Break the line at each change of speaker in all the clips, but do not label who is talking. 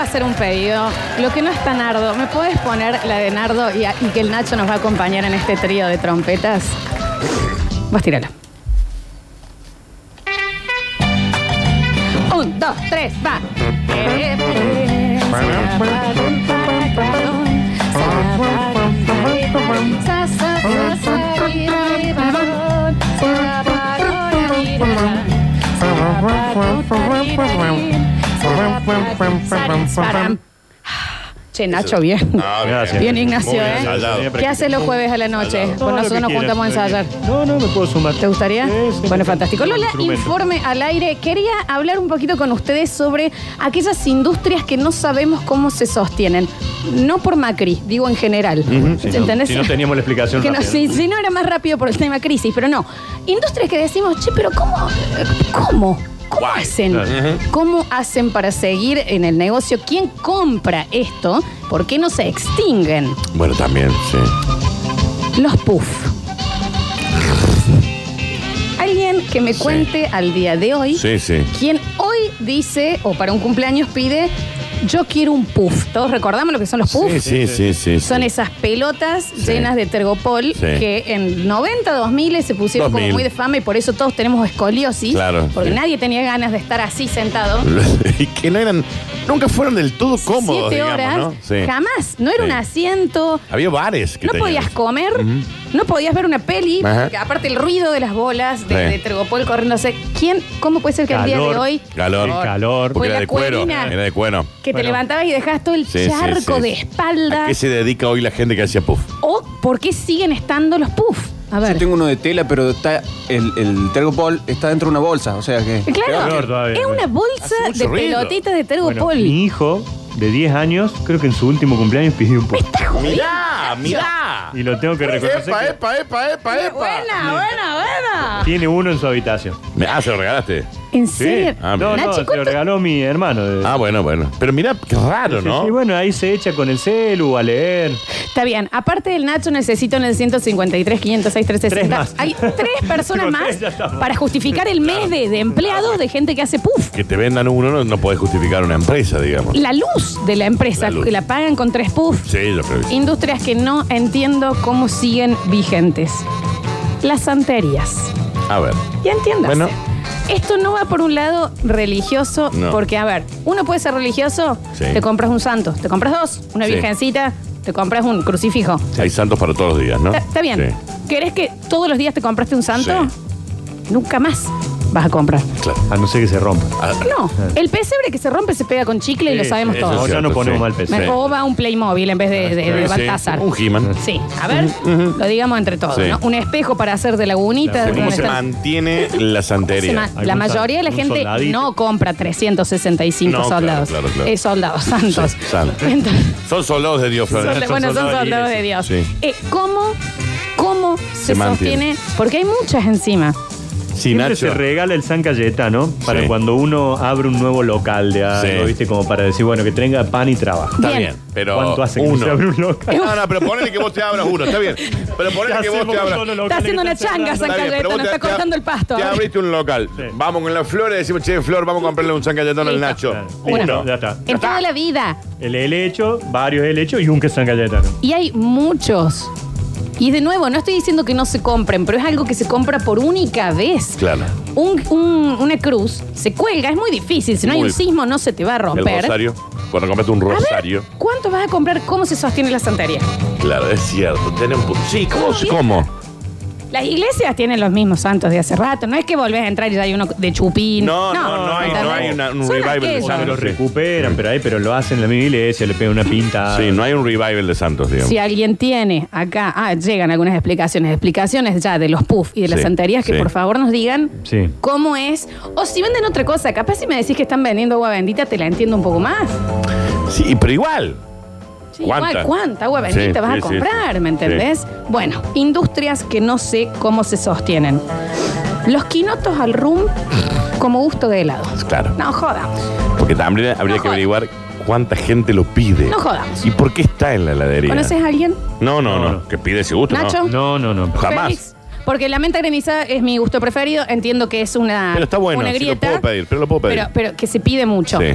hacer un pedido. Lo que no está Nardo, ¿me puedes poner la de Nardo y, a- y que el Nacho nos va a acompañar en este trío de trompetas? Vas, tírala. Un, dos, tres, va. Che, Nacho, bien.
Ah,
Gracias.
Bien, Ignacio,
Muy
¿eh?
ensayado.
Siempre.
¿Qué haces los jueves a la noche?
Todo
Todo
Bueno,
lo que
nosotros nos
quieras.
juntamos a ensayar.
No, no, me puedo sumar.
¿Te gustaría?
Sí, sí,
bueno,
me-
fantástico. Lola,
Instrumento.
informe al aire. Quería hablar un poquito con ustedes sobre aquellas industrias que no sabemos cómo se sostienen. No por Macri, digo en general.
Si no-
¿Entendés?
Si no teníamos la explicación
Que no,
rápida.
si, si no era más rápido por el tema crisis, pero no. Industrias que decimos, che, pero ¿cómo? eh, ¿Cómo? ¿Cómo hacen?
Claro.
¿Cómo hacen para seguir en el negocio? ¿Quién compra esto? ¿Por qué no se extinguen?
Bueno, también, sí.
Los puff. Alguien que me cuente al día de hoy
Sí, sí.
quien hoy dice o para un cumpleaños pide yo quiero un puff. Todos recordamos lo que son los puffs.
Sí, sí, sí, sí.
Son esas pelotas llenas de tergopol
Sí.
que en 90, 2000 se pusieron
2000.
como muy de fama y por eso todos tenemos escoliosis.
Claro.
Porque
Sí.
nadie tenía ganas de estar así sentado.
Y que no eran, nunca fueron del todo cómodos,
Siete
digamos,
horas.
¿no? Sí.
Jamás. No era
Sí.
un asiento.
Había bares que
No
tenían
podías
eso.
comer, no podías ver una peli,
Ajá.
porque aparte el ruido de las bolas, de,
Sí.
de Tergopol corriendo, no sé, ¿quién, cómo puede ser que el día de
Calor.
hoy
Calor.
El calor.
Fue
Porque era
la
de cuero.
cuerina.
Era de cuero.
que te
Bueno.
levantabas y dejabas todo el
Sí, sí,
charco
sí,
de
sí.
espalda?
¿A qué se dedica hoy la gente que hacía puff?
¿O por qué siguen estando los puff? A ver.
Yo tengo uno de tela, pero está el, el tergopol está dentro de una bolsa, o sea que.
Peor
Claro,
todavía,
es
bueno.
una bolsa
Hace mucho
de
ruido.
pelotitas de
Bueno,
Tergopol.
mi hijo de 10 años, creo que en su último cumpleaños pidió un poco.
¡Mirá! ¡Mirá!
Y lo tengo que reconocer.
¡Epa,
que
epa, epa, epa, epa!
buena, buena, buena.
Tiene uno en su habitación.
Me- Ah, se lo regalaste.
¿En serio?
Ah,
no,
Nachi,
no, se
¿cuánto-
lo regaló mi hermano. de-
Ah, bueno, bueno. Pero mirá, qué raro,
Sí,
¿no?
sí, bueno, ahí se echa con el celu a leer.
Está bien. Aparte del Nacho, necesito en el 153, 506, 360.
Tres más.
Hay tres personas
Con
más
tres ya estamos.
para justificar el mes de, de empleados de gente que hace puff.
Que te vendan uno no, no podés justificar una empresa, digamos.
La luz de la empresa,
La luz.
que la pagan con tres puff.
Sí, yo creo que sí.
Industrias que no entiendo cómo siguen vigentes. Las santerías.
A ver.
Ya entiendas.
Bueno.
Esto no va por un lado religioso,
No.
porque, a ver, uno puede ser religioso,
Sí.
te compras un santo, te compras dos, una
Sí.
virgencita, te compras un crucifijo.
Hay santos para todos los días, ¿no?
Está está bien.
Sí,
¿Querés que todos los días te compraste un santo? Nunca más vas a comprar.
claro.
A no ser que se rompa.
Ah,
No, el pesebre que se rompe se pega con chicle y lo
Sí,
sabemos
sí,
eso
todos.
es
Ya no
cierto,
ponemos
sí.
mal peso.
Me roba un Playmobil en vez de, de, Eh, de
Sí,
Baltasar.
Un He-Man.
Sí, a ver, lo digamos entre todos,
Sí.
¿no? Un espejo para hacer de lagunita.
Claro,
de
¿Cómo
donde
se
están-
mantiene la
Se ma-
santería?
la
Algún
mayoría de la
sol-
gente
un soldadito.
no compra 365
No, claro,
soldados.
claro, claro.
Eh, soldados, santos.
Sí, santos.
Entonces,
Son soldados de Dios,
son-
Florencia.
bueno, son
soldados de
soldados de Dios.
iglesia. Sí.
Eh, ¿Cómo, cómo se,
Se mantiene.
sostiene? Porque hay muchas encima.
Sí,
Siempre
Nacho.
se regala el San Cayetano para
Sí.
cuando uno abre un nuevo local de algo,
Sí.
¿viste? Como para decir, bueno, que tenga pan y trabajo.
Está
Bien.
bien, pero
¿Cuánto hace que no
uno.
se abre un local?
No, no, pero ponele que vos te abras uno, está bien. Pero ponele que vos te abras.
Está haciendo una changa, San
Está bien, pero
Cayetano,
vos te-
está
te-
cortando el pasto.
Te
A ver.
abriste un local.
Sí.
Vamos con la flor y decimos, che, flor, vamos a comprarle un San Cayetano al
Listo.
Nacho.
Una.
Uno, ya
Listo.
está.
En toda la vida.
El helecho, varios helechos y un que San Cayetano.
Y hay muchos. Y de nuevo, no estoy diciendo que no se compren, pero es algo que se compra por única vez.
Claro.
Un- un- una cruz se cuelga, es muy difícil. Si no hay
Muy-
un sismo, no se te va a
El
romper.
rosario. Cuando compraste un
A ver,
rosario.
¿cuánto vas a comprar? ¿Cómo se sostiene la santería?
Claro, es cierto. Tenés un pu- Sí, ¿cómo?
¿Cómo?
¿Cómo?
Las iglesias tienen los mismos santos de hace rato. No es que volvés a entrar y ya hay uno de chupín.
No, no, no, hay, no
¿entendés?
hay una- un
Son
revival de
aquellos.
Bueno,
santos.
los
sí.
recuperan, pero ahí, pero lo hacen en la misma iglesia, le pegan una
Ah,
pinta.
Sí, no hay un revival de Santos, digamos.
Si alguien tiene acá, ah, llegan algunas explicaciones, explicaciones ya de los puff y de las
Sí,
santerías, que
sí.
por favor nos digan
Sí.
cómo es. O si venden otra cosa, capaz si me decís que están vendiendo agua bendita, te la entiendo un poco más.
Sí, pero igual.
Sí, igual,
¿Cuánta?
¿Cuánta agua bendita
Sí,
vas
sí,
a
sí,
comprar?
sí.
¿Me entendés? Bueno, industrias que no sé cómo se sostienen. Los quinotos al rum como gusto de helado.
Claro.
No jodamos.
Porque también habría
No
que
jodas.
averiguar cuánta gente lo pide.
No jodamos.
¿Y por qué está en la heladería?
¿Conoces a alguien?
No, no, no,
No, no.
Que pide ese gusto.
Nacho.
no.
No, no, no.
Jamás.
Félix, Porque la menta granizada es mi gusto preferido. Entiendo que es una,
Pero está bueno.
una
sí
grieta.
lo puedo pedir, pero lo puedo pedir.
pero, pero que se pide mucho.
Sí.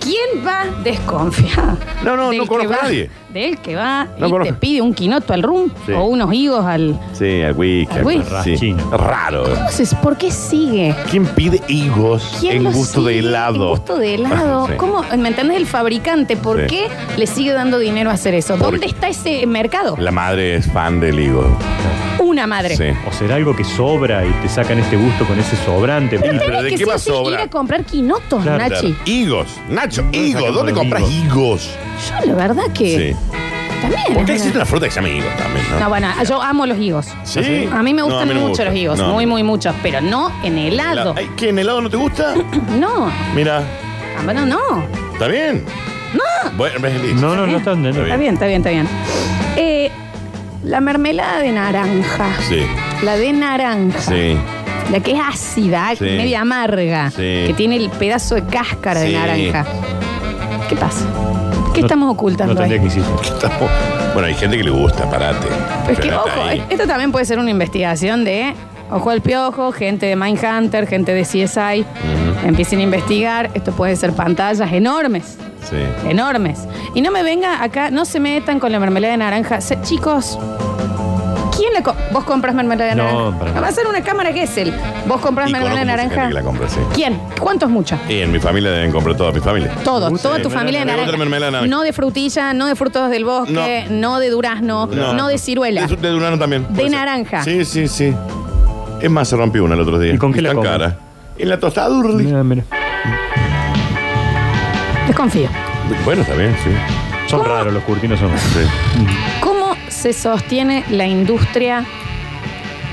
¿Quién va desconfiado?
No, no, no
Del que
conozco a
va-
nadie.
Del que va
No
y
conozco.
te pide un quinoto al rum
Sí.
o unos higos al.
Sí, al whisky.
Al
al-
whisky.
sí. Raro. eh.
Entonces, ¿por qué sigue?
¿Quién pide higos
¿Quién
en
lo
gusto de
sigue?
helado?
En gusto de helado. Ah,
Sí.
¿Cómo? ¿Me entendés? El fabricante, ¿por
Sí.
qué le sigue dando dinero a hacer eso?
Porque-
¿Dónde está ese mercado?
La madre es fan del higo.
Una madre.
Sí.
O será algo que sobra y te sacan este gusto con ese sobrante.
Pero
Pero-
¿de
Es
qué
sí
va
o sí
sobra?
ir a comprar quinotos,
Claro.
Nachi.
Higos. Nacho,
saca
higos.
por
¿Dónde
el
compras higos?
Yo, la verdad que. También.
¿Por qué
es
existe
una-
una fruta que se llama higos también, no?
No, bueno, yo amo los higos.
¿Sí?
A mí me
No,
gustan
a mí no
mucho
me gusta.
los higos,
No,
muy,
no.
muy muchos, pero no en helado.
Ay, ¿Qué? ¿En helado no te gusta?
No,
Mira,
Ah, bueno, no.
¿está bien? No. Bueno, ves el
No, no, no está entendiendo.
Está bien, está bien, está bien. Eh, la mermelada de naranja.
Sí,
La de naranja.
sí.
La que es ácida,
Sí.
media amarga,
Sí.
que tiene el pedazo de cáscara de
Sí.
naranja. ¿Qué pasa? ¿Qué
No-
estamos ocultando
No tendría
ahí?
que existir.
Estamos- Bueno, hay gente que le gusta, parate.
Es que,
Espérate
ojo,
ahí.
eh, esto también puede ser una investigación de Ojo al Piojo, gente de Mindhunter, gente de CSI. Empiecen a investigar. Esto puede ser pantallas enormes,
Sí.
enormes. Y no me venga acá, no se metan con la mermelada de naranja. Se- chicos, ¿quién la co- ¿Vos compras mermelada de
No, para
naranja?
nada.
Va a ser una cámara Gessel. ¿Vos compras
Y
mermelada de
conozco mucha
naranja?
gente que la compra, sí.
¿Quién? ¿Cuánto es mucho?
Y en mi familia deben comprar toda mi familia.
Todo,
gusta
toda
la
tu
mermelada.
familia de
Me gusta
naranja.
la mermelada de naranja.
No de frutilla, no de frutos del bosque, no, de durazno, no, de ciruela.
De, de Durano también. puede ser.
naranja.
Sí, sí, sí. Es más, se rompió una el otro día.
¿Y con qué la
tan
comen?
cara. En la tostada Urli.
Mira, mira.
Desconfío.
Bueno, está bien, sí.
Son raros, los curtinos son raros.
sí.
¿Cómo se sostiene la industria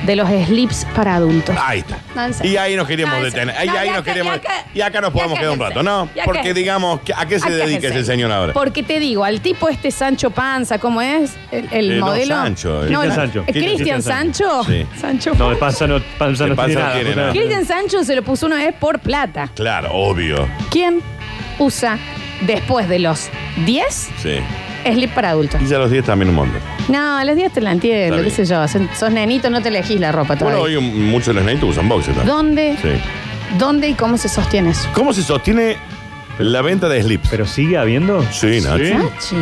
de los slips para adultos?
Ahí está.
No, en serio.
Y ahí nos queríamos
No, en serio.
detener. Ahí,
No,
ahí
y
nos
acá-
queríamos.
y acá-
y acá nos podemos
y acá
quedar un
es
rato,
el-
¿no?
y acá es
Porque
el-
digamos, ¿qué- ¿a qué se
Acá es
dedica
el-
ese señor ahora?
Porque te digo, al tipo este Sancho Panza, ¿cómo es? El, el
Eh, no,
modelo.
Sancho, eh.
No,
Cristian
el-
Sancho.
¿Es Cristian
Cristian
Sancho?
Sancho. Sí.
Sancho
No, de
Panza.
panza no, panza
De
no
panza
tiene
no
nada.
tiene
puta.
nada.
Cristian Sancho se lo puso una vez por plata.
Claro, obvio.
¿Quién usa después de los 10
Sí.
slip para adultos?
Y ya los 10 también un montón.
No, a los 10 te la entiendo,
Está
qué
bien.
sé yo. Son- Sos nenito, no te elegís la ropa todavía.
Bueno, hoy un- muchos de los nenitos usan boxers también.
¿Dónde?
Sí.
¿Dónde y cómo se sostiene eso?
¿Cómo se sostiene la venta de slips?
Pero sigue habiendo.
Sí, Nacho.
Sí.
Nachi.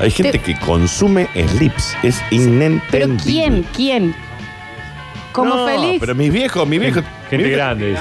Hay gente que consume slips. Es
¿Pero
inentendible.
quién? ¿Quién? Como
No,
Félix.
Pero mis viejos, mi viejo. mi
Gente
viejo-
grande, dice.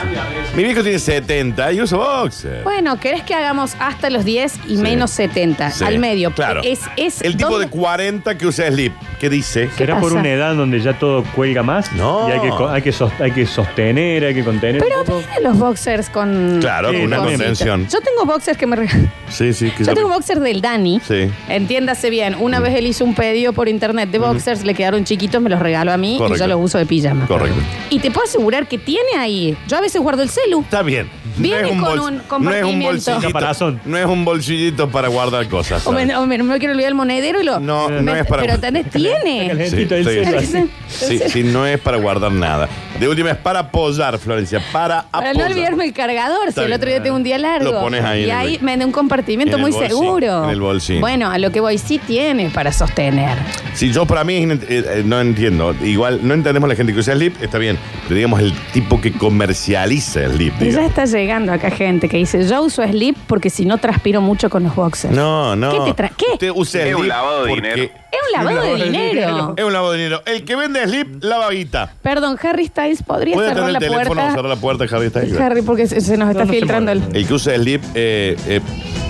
Mi viejo tiene 70 y usa boxer.
Bueno, ¿querés que hagamos hasta los 10 y
Sí.
menos 70?
Sí,
Al medio.
Claro.
Es, es
el tipo
¿dónde?
de 40 que usa slip. ¿Qué dice?
¿Será por
pasa?
una edad donde ya todo cuelga más?
No.
Y hay que, co- hay que, sos- hay que sostener, hay que contener.
Pero
un poco.
vienen los boxers con.
Claro,
Sí,
con una
con-
contención.
Yo tengo boxers que me regalan.
Sí, sí. Que
Yo tengo boxers del Dani.
Sí. Mm.
Entiéndase bien, una vez él hizo un pedido por internet de boxers, le quedaron chiquitos, me los regaló a mí y
Correcto.
yo los uso de pijama.
Correcto.
Y te puedo asegurar que tiene ahí. Yo a veces guardo el celu.
Está bien.
Viene con un
no es un
compartimiento.
bolsillito.
Caparazón.
No es un bolsillito para guardar cosas.
O me,
¿sabes?
o me- me quiero olvidar el monedero y lo.
No,
me-
no es para-
Pero ¿entendés? tiene.
Sí,
Calentito el
sí.
cielo, así.
Sí, sí, no es para guardar nada. De última es para apoyar, Florencia, para
Para
apoyar.
no olvidarme el cargador, si
Está
el
bien.
otro día tengo un día largo.
Lo pones ahí
Y
en el-
ahí me da un compartimiento
en el
muy
bolsín,
seguro.
en el bolsín.
Bueno, a lo que voy sí tiene para sostener.
Si yo para mí es inent- eh, eh, no entiendo. Igual no entendemos la gente que usa slip, está bien. Pero digamos el tipo que comercializa el slip.
Y ya
digamos.
está llegando acá gente que dice, yo uso slip porque si no transpiro mucho con los boxers.
No, no.
¿Qué te tra- qué?
Usted usa
Es
slip
un lavado de
porque
dinero.
Es un lavado, de, dinero.
Es un lavado de dinero. El que vende slip, lava guita.
Perdón, Harry Styles, ¿podría
Puede
cerrar
tener
la
el teléfono
puerta?
cerrar la puerta, Javier. Está ahí.
Harry, porque se, se nos está
No, no se
filtrando el...
mueve.
El que usa slip, eh, eh,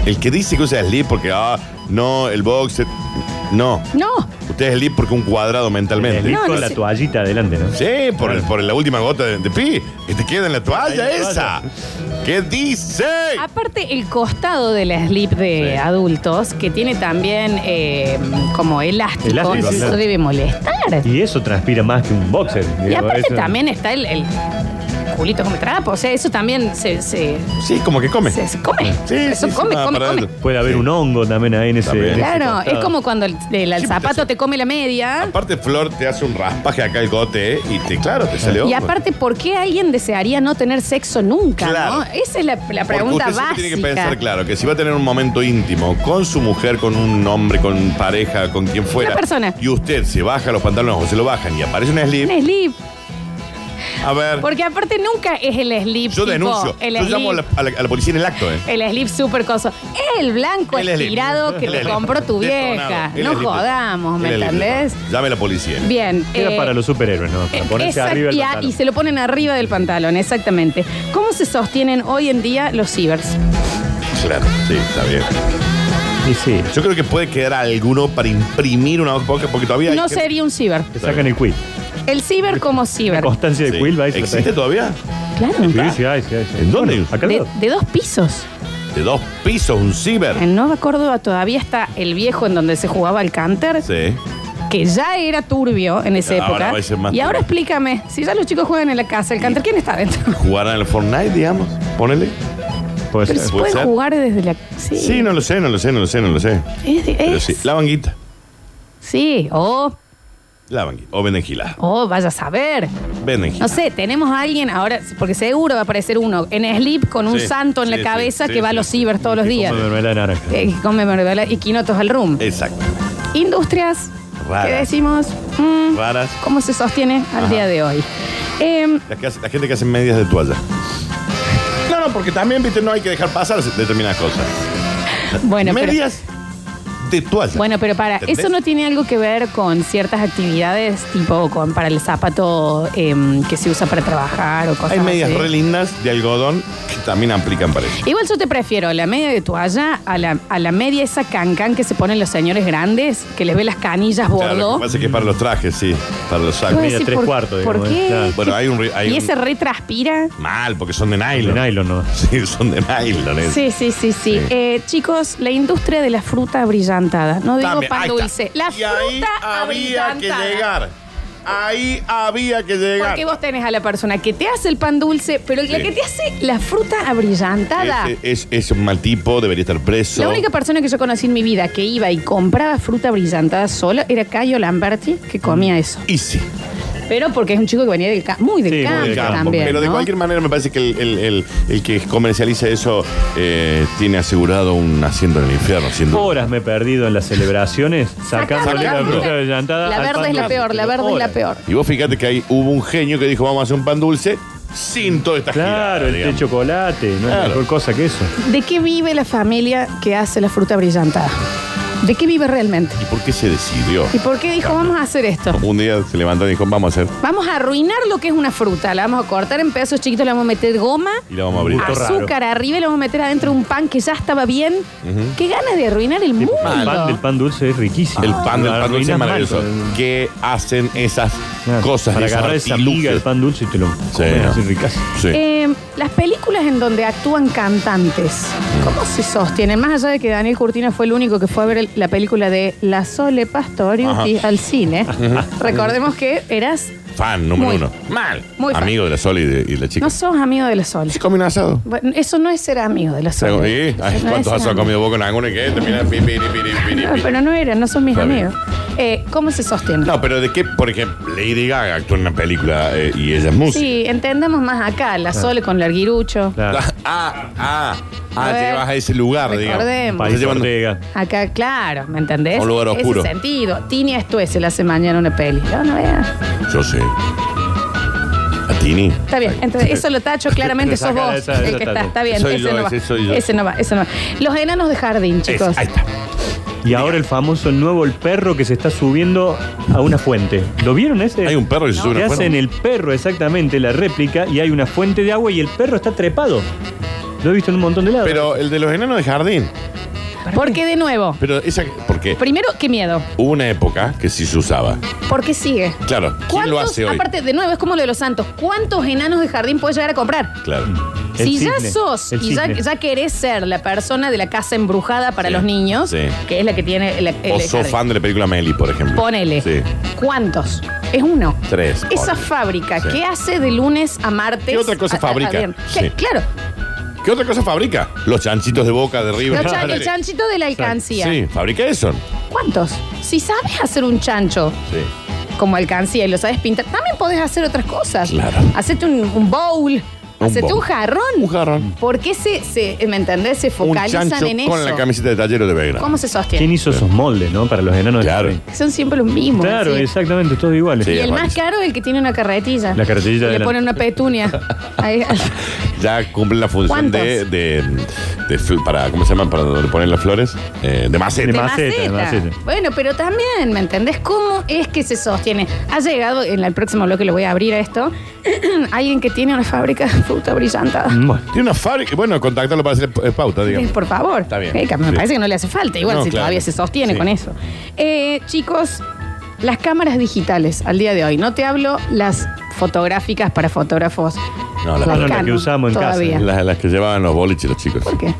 el que dice que usa slip porque, ah, no, el boxer. No.
No,
Usted es slip porque un cuadrado mentalmente.
Deslizó
No, no
la
sé.
toallita adelante, ¿no?
Sí, por, el- por la última gota de, de pi. Que te queda en la toalla
Ahí en la
esa. ¿Qué dice?
aparte el costado de la slip de
Sí.
adultos, que tiene también eh, como elástico,
Elástico,
eso
claro.
debe molestar.
Y eso transpira más que un boxer.
Y,
digo,
aparte
eso-
también está el, el culito como trapo, o sea, eso también se, se,
Sí, como que come.
se- se come.
Sí,
eso
sí, sí,
come,
va
come,
para
come.
adentro.
Puede haber
Sí.
un hongo también ahí en ese.
También.
en ese
Claro,
costado.
es como cuando el, el- el
Sí,
zapato
porque-
te come la media.
Aparte, Flor te hace un raspaje acá el gote, eh, Y te, claro, te salió.
Y aparte, ¿por qué alguien desearía no tener sexo nunca?
Claro.
¿no? Esa es la, la pregunta
Porque usted
básica.
siempre tiene que pensar, claro, que si va a tener un momento íntimo con su mujer, con un hombre, con pareja, con quien fuera.
persona.
Y usted se baja los pantalones o se lo bajan y aparece un slip.
Un slip.
A ver,
Porque aparte nunca es el slip.
yo
tipo,
denuncio.
El
yo
slip,
llamo a la, a la- a la policía en el acto, ¿eh?
el slip super coso. Es el blanco
El slip.
estirado que
El
te
slip.
compró tu vieja.
Detonado. El
No
slip.
jodamos, ¿me
El slip.
entendés?
Llame a la policía.
Bien.
Era
eh,
para los superhéroes, ¿no? Para
eh,
ponerse
exact-
arriba
y
del
a-
pantalón.
y se lo ponen arriba del pantalón, exactamente. ¿Cómo se sostienen hoy en día los cibers?
Claro, sí, está bien.
Y sí,
Yo creo que puede quedar alguno para imprimir una voz poca, porque todavía hay
No
gente-
sería un ciber.
te sacan el quill.
El ciber como ciber.
Constancia de
Sí.
quill va y se lo
¿Existe
trae.
todavía?
Claro.
Sí, sí, hay, sí, hay, sí.
¿En dónde?
Bueno, Acá al
De,
lado.
de dos pisos.
De dos pisos, un ciber.
En Nueva Córdoba todavía está el viejo en donde se jugaba el canter,
Sí.
que ya era turbio en esa
Ahora
época.
va a ser más
y ahora
turbio.
explícame, si ya los chicos juegan en la casa, el canter, ¿quién está adentro?
Jugarán al Fortnite, digamos. Ponele.
Puede
Pero
ser.
se
puede
pueden
ser.
jugar desde la. Sí,
Sí, no lo sé, no lo sé, no lo sé, no lo sé.
Es- es-
Pero sí. La banguita.
sí, o,
La banguita. O venden gila.
o vaya a saber.
Venden gila.
No sé, tenemos a alguien ahora, porque seguro va a aparecer uno en slip con un
Sí,
santo en
sí,
la
sí,
cabeza
sí,
que va a
sí.
los ciber todos los
Que
días.
come mermelada de naranja.
Eh, que come mermelada y quinotos al room.
Exacto.
Industrias
Eh, Raras.
que decimos, mm,
Raras.
¿cómo se sostiene al día de hoy? Em,
Las que hace- la gente que hace medias de toalla. No, no, porque también, viste, no hay que dejar pasar determinadas cosas.
bueno, pero,
medias de toalla.
bueno, pero para,
¿Entendés?
¿eso no tiene algo que ver con ciertas actividades tipo con para el zapato em, que se usa para trabajar o cosas
Hay medias
así?
re lindas de algodón que también aplican para eso.
Igual yo te prefiero la media de toalla a la, a la media esa cancán que se ponen los señores grandes, que les ve las canillas
Claro, lo
bordó.
que pasa es que es para los trajes, sí, para los sacos.
Puede
media
ser,
tres
¿por-
cuartos,
¿Por
digamos,
qué?
eh, claro.
Bueno, hay un... ri- hay
¿Y
un-
ese re transpira?
Mal, porque son de
De
nylon.
nylon, ¿no?
Sí, son de nylon. eh.
Sí, sí, sí, sí.
Sí.
Eh, chicos, la industria de la fruta brillantada. No digo
También,
pan
ahí está.
dulce. La
y ahí
fruta
había que
abrillantada.
llegar. Ahí había que llegar.
Porque vos tenés a la persona que te hace el pan dulce, pero la
Sí.
que te hace la fruta abrillantada.
Ese es, es un mal tipo, debería estar preso.
La única persona que yo conocí en mi vida que iba y compraba fruta brillantada sola era Cayo Lamberti, que comía eso.
Y sí,
Pero porque es un chico que venía del campo, muy del
Sí, muy
campo
del campo,
Ah, también.
pero de
¿no?
cualquier manera me parece que el, el- el- el que comercializa eso eh, tiene asegurado un asiento en el infierno. sin duda.
Horas me he perdido en las celebraciones sacándole
Sacando
la
fruta.
fruta adelantada.
La
al
verde
pan
es la
dulce,
peor, la
pero
verde es la
horas.
peor.
Y vos fíjate que hay, hubo un genio que dijo vamos a hacer un pan dulce sin toda esta
Claro, el té de chocolate, no
Claro.
es mejor cosa que eso.
¿De qué vive la familia que hace la fruta brillantada? ¿De qué vive realmente?
¿Y por qué se decidió?
¿Y por qué dijo, vamos a hacer esto?
Un día se levantó y dijo vamos a hacer
Vamos a arruinar lo que es una fruta. La vamos a cortar en pedazos chiquitos, le vamos a meter goma,
y la vamos a abrir.
Gusto raro.
azúcar arriba y le vamos a meter adentro un pan que ya estaba bien. Qué ganas de arruinar el
Sí,
mundo.
porque El pan del pan dulce es riquísimo.
El pan del pan dulce es
Lo Ah, arruinas mal
maravilloso.
con el-
¿Qué hacen esas
Claro,
cosas?
Para
esos
agarrar esa
artilugios?
miga del pan dulce y te lo comes
no.
así ricas.
Sí.
Eh, las películas en donde actúan cantantes,
Mm.
¿cómo se sostienen? Más allá de que Daniel Curtino fue el único que fue a ver el- la película de La Sole Pastoriuti
Ajá.
al cine, recordemos que eras,
fan número
muy-
uno. Mal.
muy fan.
Amigo de la Sol y de, y la chica.
no sos amigo de La Sole.
¿Se come un asado?
Bueno, eso no es ser amigo de La
¿Se come-
Sole.
Sí.
Eso
eh, Ay,
no es
¿Cuántos
ser
asados has
amigo.
comido vos con alguno? que termina pi, pi, pi, pi, pi,
No,
pi.
pero no eran, no son mis
Está bien.
amigos. Eh, ¿Cómo se sostienen?
No, pero ¿de qué? Por ejemplo, Lady Gaga actúa en una película eh, y ella es música.
Sí, entendamos más acá, La Sole con Larguirucho.
Claro.
Ah, ah, ah,
A ver,
llevas a ese lugar, digamos.
recordemos.
Estás
País
llevando-
Ortega.
Acá, claro, ¿me entendés?
A un lugar oscuro.
Ese sentido. Tini Estuese la hace mañana una peli. No, no veas.
Yo sé. A Tini.
Está bien, entonces eso lo tacho claramente, sos
Saca
vos
esa,
el
esa
que está,
tacho.
está bien,
Soy
ese
yo,
no va.
ese soy yo.
Ese no va, ese no va. Los enanos de jardín, chicos.
Es- ahí está.
Y ahora el famoso nuevo, el perro que se está subiendo a una fuente. ¿Lo vieron ese?
Hay un perro que se sube
Le
a una
hacen
fuente.
el perro exactamente la réplica y hay una fuente de agua y el perro está trepado. Lo he visto en un montón de lados.
Pero el de los enanos de jardín.
Porque de nuevo,
Pero esa. ¿Por qué?
primero, qué miedo.
Hubo una época que sí se usaba.
Porque sigue.
Claro. ¿Quién
¿Cuántos,
lo hace hoy?
aparte, de nuevo, es como lo de los santos, ¿cuántos enanos de jardín puedes llegar a comprar?
Claro.
El
Si ya
cisne,
sos
el
y ya,
cisne.
ya querés ser la persona de la casa embrujada para
Sí,
los niños,
sí.
que es la que tiene el, el
O
jardín.
sos fan de la película Meli, por ejemplo.
Ponele.
Sí.
¿Cuántos? Es uno.
Tres,
Esa
ponele.
fábrica,
Sí.
¿qué hace de lunes a martes?
¿Qué otra cosa
A- a- a
fabrica?
bien.
Sí.
Que- Claro.
¿Qué otra cosa fabrica? Los chanchitos de boca, de River.
Los chan- el chanchito de la alcancía.
Sí, fabrica eso.
¿Cuántos? Si sabes hacer un chancho
Sí.
como alcancía y lo sabes pintar, también podés hacer otras cosas.
Claro.
Hacete un, un bowl,
Un
Hacete
bombo.
un jarrón.
Un jarrón.
¿Por qué se, se- me entendés? Se
Un
focalizan
chancho
en eso.
con la camiseta de tallero de Belgrano.
¿Cómo se
¿Quién
sostiene?
hizo esos moldes, no? Para los enanos. de
Claro.
Disney.
Son siempre los mismos.
Claro,
así.
exactamente, todos iguales.
Sí,
Y
es
el más
buenísimo.
caro es el que tiene una carretilla.
La carretilla
Y Le
adelante.
ponen una petunia. Ahí.
Ya cumple la función
¿Cuántos?
de, de, de fl- para, ¿cómo se llaman? Para donde ponen las flores. Eh, de maceta.
De
De
maceta, de maceta.
Bueno, pero también, ¿me entendés? ¿Cómo es que se sostiene? Ha llegado, en el próximo bloque lo voy a abrir a esto, alguien que tiene una fábrica de fruta brillantada.
Mm, Bueno,
Tiene una fábrica. Bueno, contactarlo para hacer eh, pauta, digamos.
Por favor.
Está bien.
Eh, que me
Sí.
parece que no le hace falta, igual
No,
si
claro.
todavía se sostiene
Sí.
con eso. Eh, chicos, las cámaras digitales al día de hoy, no te hablo las fotográficas para fotógrafos.
No, la-
Las
no, la que
Canon
usamos en casa.
todavía.
Las, las que llevaban los boliches los chicos.
¿Por qué?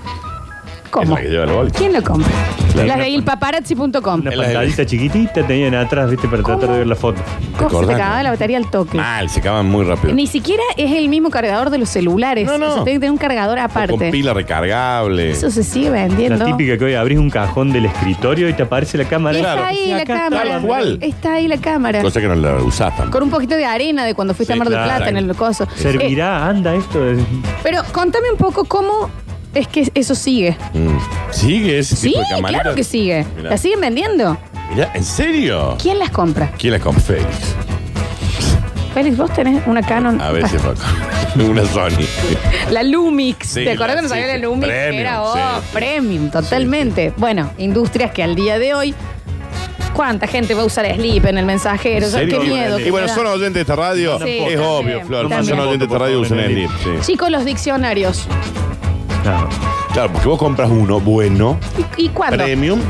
¿Cómo?
Es la que lleva la bolsa.
¿Quién lo compra?
Claro.
Las de ilpaparazzi.com.
una
Es la de-
pantallita chiquitita tenían atrás, viste, para tratar de ver la foto.
¿Cómo se te
Recordando.
acababa la batería al toque?
Mal, se acaban muy rápido.
Ni siquiera es el mismo cargador de los celulares.
No,
O
no.
sea, tiene que tener un cargador
Con
aparte.
pila recargable.
Eso se sigue
La
vendiendo.
típica que hoy abrís un cajón del escritorio y te aparece la cámara.
Y
Claro.
Está ahí
Sí,
la
acá está
cámara.
Tal cual.
Está ahí la cámara.
Cosa que no la usás tampoco.
Con un poquito de arena de cuando fuiste
Sí,
a Mar del
claro.
Plata en el coso. Eh,
¿Servirá? ¿Anda esto?
pero contame un poco cómo es que eso sigue.
Mm. ¿Sigue ese
Sí,
tipo de camarita?
claro que sigue.
Mirá.
¿La siguen vendiendo?
Mirá, ¿en serio?
¿Quién las compra?
¿Quién la con Félix?
Félix, vos tenés una Canon.
A veces va con una Sony.
La Lumix.
Sí,
¿Te acordás
la-
cuando salió
sí,
la
sí.
Lumix? Que
Premium,
era oh,
sí, sí.
premium, totalmente. Bueno, industrias que al día de hoy. ¿Cuánta gente va a usar Sleep en el mensajero? O sea, qué
¿Serio?
miedo.
Y bueno,
qué
son
miedo.
oyentes de esta radio.
Sí,
es
también,
obvio, Flor.
también.
Son oyentes de esta radio usan el lip. sí.
Chicos, los diccionarios.
Claro.
Claro, porque vos compras uno bueno,
¿Y, y cuándo?
premium.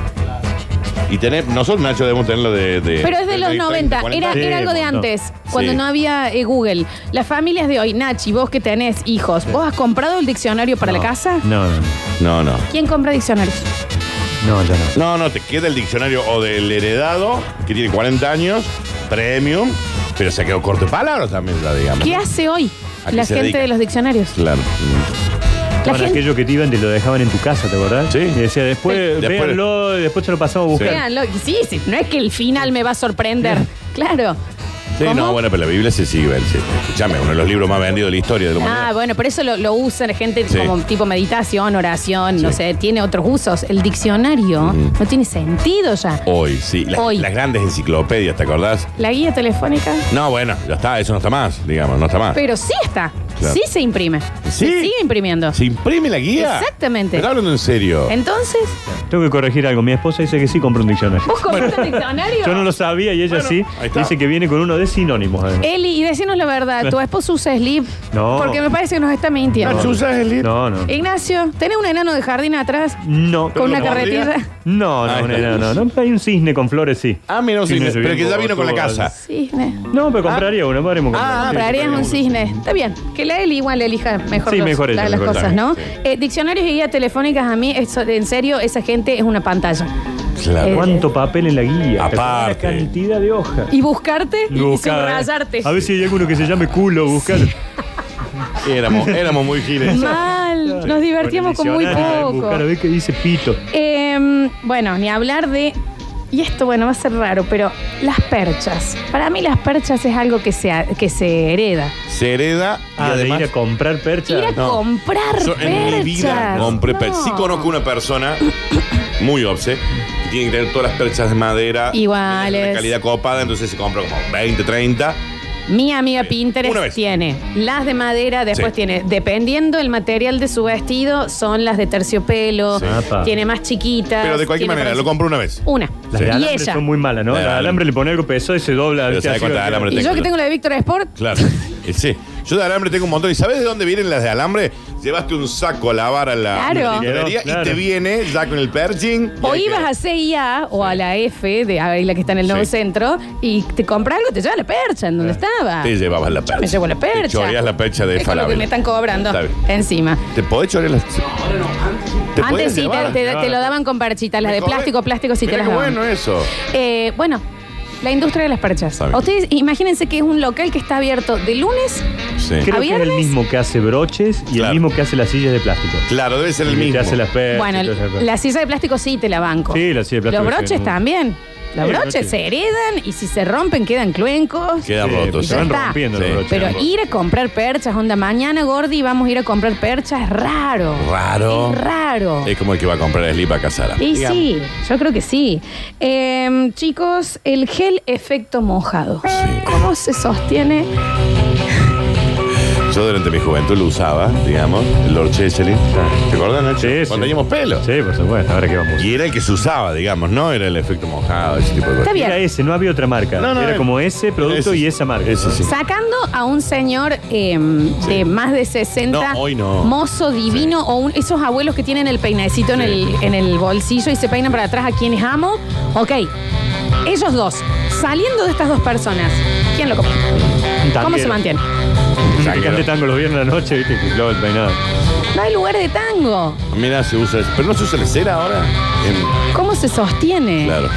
Y tenés, nosotros, Nacho, debemos tenerlo de. de-
Pero es de los 90,
40.
era,
Sí,
era algo de
montón.
antes, cuando
Sí.
no había eh, Google. Las familias de hoy, Nachi, vos que tenés hijos, ¿vos has comprado el diccionario para
No.
la casa?
No, no,
No, no.
¿Quién compra diccionarios?
no, ya no.
No, no, te queda el diccionario o del heredado, que tiene 40 años, premium, pero se quedó corto de palabras también, la digamos.
¿Qué hace hoy
¿A qué
la
se
gente
dedica?
de los diccionarios?
Claro.
La
Bueno,
gente-
aquello que te iban te lo dejaban en tu casa, ¿te acordás?
Sí.
Y decía, después,
Después-
véanlo y después te lo pasamos a buscar.
Véanlo, y sí, sí, no es que el final me va a sorprender. Claro.
Sí,
¿Cómo?
no, bueno, pero la Biblia se sigue, ven, sí. escúchame, uno de los libros más vendidos de la historia de la humanidad.
Ah, bueno, pero eso lo, lo usan gente
Sí.
como tipo meditación, oración, no
Sí.
sé, tiene otros usos. El diccionario no tiene sentido ya.
Hoy, sí. Las,
Ah, Hoy.
las grandes enciclopedias, ¿te acordás?
La guía telefónica.
No, bueno, ya está, eso no está más, digamos, no está más.
Pero sí está.
Claro.
Sí se imprime.
¿Sí?
Se sigue imprimiendo.
¿Se imprime la guía?
Exactamente.
¿Me ¿Está hablando en serio?
Entonces,
Tengo que corregir algo. Mi esposa dice que sí compró un diccionario.
vos compraste el diccionario.
Yo no lo sabía y ella
Bueno,
sí.
ahí está.
Dice que viene con uno de sinónimos, además.
Eli, y decinos la verdad, ¿tu esposo usa slip?
No.
Porque me parece que nos está mintiendo.
Nacho, ¿usas el libro?
No, no.
Ignacio, ¿tenés un enano de jardín atrás
No.
con una
lo pondría?
carretilla?
No,
Ah,
no,
está.
no, no, no. Hay un cisne con flores, sí.
Ah, menos
Cisne se
pero que ya
con
vino con la
todas.
casa.
Cisne.
No, pero compraría uno, podremos
Ah,
comprar. sí.
Comprarías un cisne. Está bien. Que la Eli igual elija mejor,
Sí,
los-
mejor ella,
la- las
mejor
cosas,
ella.
¿no?
Sí.
Eh, diccionarios y guías telefónicas, a mí, eso- en serio, esa gente es una pantalla.
Claro.
Eh,
¿Cuánto papel en la guía?
Aparte.
Una cantidad de hojas.
Y buscarte y
Buscá, eh.
subrayarte.
A ver si hay alguno que se llame culo, buscar.
Eh, Éramos, éramos muy giles.
Mal. Nos divertíamos con muy poco.
Buscar a ver qué dice pito.
Em, bueno, ni hablar de. Y esto, bueno, va a ser raro, pero las perchas. Para mí, las perchas es algo que se, ha- que se hereda.
Se hereda y
Ah, de
además...
ir a comprar percha.
Ir a
No.
comprar
Yo
perchas.
en mi vida compré
No.
perchas. Sí conozco una persona muy obse que tiene que tener todas las perchas de madera.
Iguales.
De calidad copada, entonces se compra como 20, 30.
Mi amiga
Sí. Una
Pinterest
vez.
tiene las de madera, después
Sí.
tiene, dependiendo el material de su vestido, son las de terciopelo,
Sí.
Apa.
tiene más chiquitas.
Pero de cualquier
Ah, tiene
manera,
para-
lo compro una vez.
Una.
Sí.
Las de
Y
alambre
ella.
son muy malas, ¿no?
La de
El alambre
alambre.
le pone algo pesado y se dobla.
Pero
¿viste?
¿sabes cuántas
Así va a quedar.
alambres
Y yo que tengo la de Victor Sport,
Claro. Eh, Sí. Yo de alambre tengo un montón. ¿Y sabes de dónde vienen las de alambre? Llevaste un saco a lavar a la
Claro.
tintorería
Claro.
y te viene ya con el perching. y
o
ahí
ibas
queda.
a CIA o a la F, de a ver, la que está en el nuevo
Sí.
centro, y te compras algo, te llevas la percha en donde estaba.
Te llevabas la percha.
Ah. Me llevo la percha.
Te choreás la percha de
Es con lo que
Falabella.
me están cobrando
Está bien.
encima.
¿Te podés chorear las.? ¿Te podés
Antes sí, te,
llevar?
te-
Claro.
te lo daban con perchitas, las
Me
de
jodés.
plástico, plástico sí te
Mirá
las
qué
daban.
bueno eso.
Eh, bueno, la industria de las perchas.
Está bien.
Ustedes imagínense que es un local que está abierto de lunes.
Sí.
Creo que era el
¿Aviernes?
mismo que hace broches y
Claro.
el mismo que hace las sillas de plástico.
Claro, debe ser el
Y
mismo.
Que hace las perchas.
bueno,
y todas esas cosas.
la silla de plástico sí te la banco.
Sí, la silla de plástico
Los
sí,
broches
no.
también. Los
Sí,
broches
broches.
se heredan y si se rompen quedan cluencos.
Quedan
Sí, pues,
rotos.
se
ya
van
está.
rompiendo los
Sí.
broches.
Pero
Ambos.
ir a comprar perchas, onda, mañana, Gordi, vamos a ir a comprar perchas, es raro.
Raro.
Es raro.
Es como el que va a comprar slip a Casara.
Y sí, yo creo que sí. Eh, chicos, el gel efecto mojado. ¿Cómo se sostiene?
Yo durante mi juventud lo usaba, digamos, el Lord Chechelin. ¿Te acordás, Nacho?
Ah. Sí, sí.
Cuando teníamos pelo.
Sí, por supuesto, ahora que vamos.
Y era el que se usaba, digamos, no era el efecto mojado, ese tipo de
Está
cosas.
bien.
Era ese, no había otra marca.
No, no,
era
era-
como ese producto
ese.
y esa marca.
Ese sí.
Sacando a un señor eh, de más de 60,
No, hoy no.
mozo divino, o un- esos abuelos que tienen el peinecito en,
Sí.
el, en el bolsillo y se peinan para atrás a quienes amo. Ok, ellos dos, saliendo de estas dos personas, ¿quién lo compra? ¿Cómo se mantiene?
Un
Tanguero.
picante tango los viernes a la noche, viste, que clava el peinado.
No hay lugar de tango.
Mira, se usa. Pero no se usa la cera ahora. En-
¿Cómo se sostiene?
claro.